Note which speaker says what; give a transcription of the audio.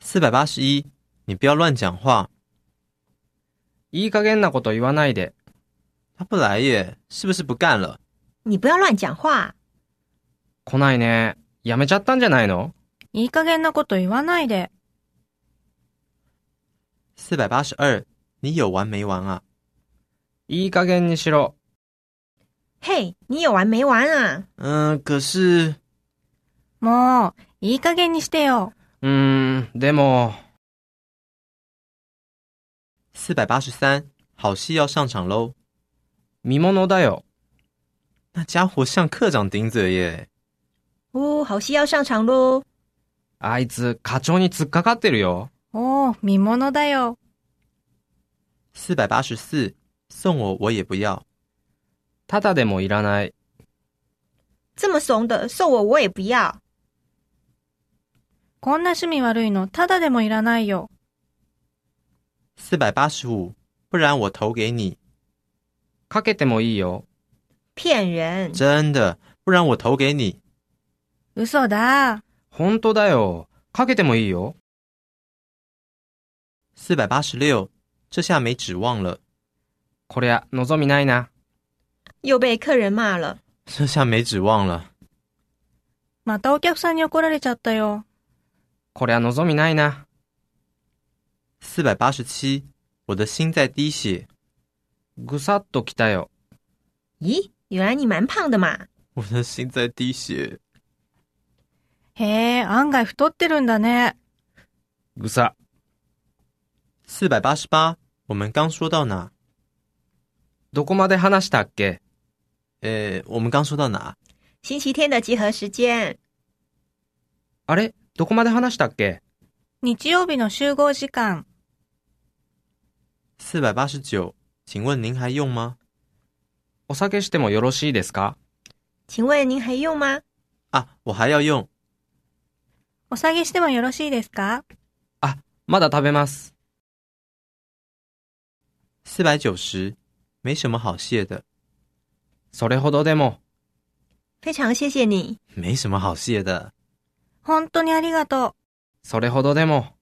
Speaker 1: 四百八十一，你不要乱讲话。
Speaker 2: いい加減なこと言わないで。
Speaker 1: 他不来耶，是不是不干了？
Speaker 3: 你不要乱讲话。
Speaker 2: 来ないね。やめちゃったんじゃないの
Speaker 4: いい加減なこと言わないで。
Speaker 1: 四百八十二，你有完没完啊？
Speaker 2: いい加減にしろ。
Speaker 3: 嘿，你有完没完啊？
Speaker 1: 嗯，可是
Speaker 4: もう、いい加減にしてよ。
Speaker 2: うーん、でも、
Speaker 1: 四百八十三，好戏要上场喽。
Speaker 2: 見物だよ。
Speaker 1: 那家伙像课长顶嘴耶。
Speaker 3: 哦，好戏要上场喽！
Speaker 2: あいつ、課長に突っかかってるよ。
Speaker 4: おお、見物だよ。
Speaker 1: 四百八十四，送我我也不要。
Speaker 2: ただでもいらない。
Speaker 3: 这么怂的，送我我也不要。
Speaker 4: こんな趣味悪いの、ただでもいらないよ。
Speaker 1: 四百八十五，不然我投给你。
Speaker 2: かけてもいいよ。
Speaker 3: 骗人！
Speaker 1: 真的，不然我投给你。
Speaker 4: 嘘だ。
Speaker 2: ほんとだよ。かけてもいいよ。
Speaker 1: 四百八十六，这下没指望了，
Speaker 2: こりゃ、望みないな。
Speaker 3: 又被客人骂了。
Speaker 1: 这下没指望了。
Speaker 4: またお客さんに怒られちゃったよ。
Speaker 2: こりゃ、望みないな。
Speaker 1: 四百八十七，我的心在滴血。
Speaker 2: ぐさっと来たよ。
Speaker 3: 咦，原来你蛮胖的嘛！
Speaker 1: 我的心在滴血。
Speaker 4: へえ、案外太ってるんだね。
Speaker 2: ぐさ。
Speaker 1: 四百八十八，我们刚说到哪？
Speaker 2: どこまで話したっけ
Speaker 1: 呃，我们刚说到哪？
Speaker 3: 星期天的集合时间，
Speaker 2: あれどこまで話したっけ
Speaker 4: 日曜日の集合時間。
Speaker 1: 四百八十九，请问您还用吗？
Speaker 2: お酒してもよろしいですか
Speaker 3: 请问您还用吗？
Speaker 1: 啊，我还要用。
Speaker 4: お下げしてもよろしいですか
Speaker 2: まだ食べます。
Speaker 1: 四百九十，没什么好谢的，
Speaker 2: それほどでも。
Speaker 3: 非常谢谢你。
Speaker 1: 没什么好谢的。
Speaker 4: 本当にありがとう。
Speaker 2: それほどでも。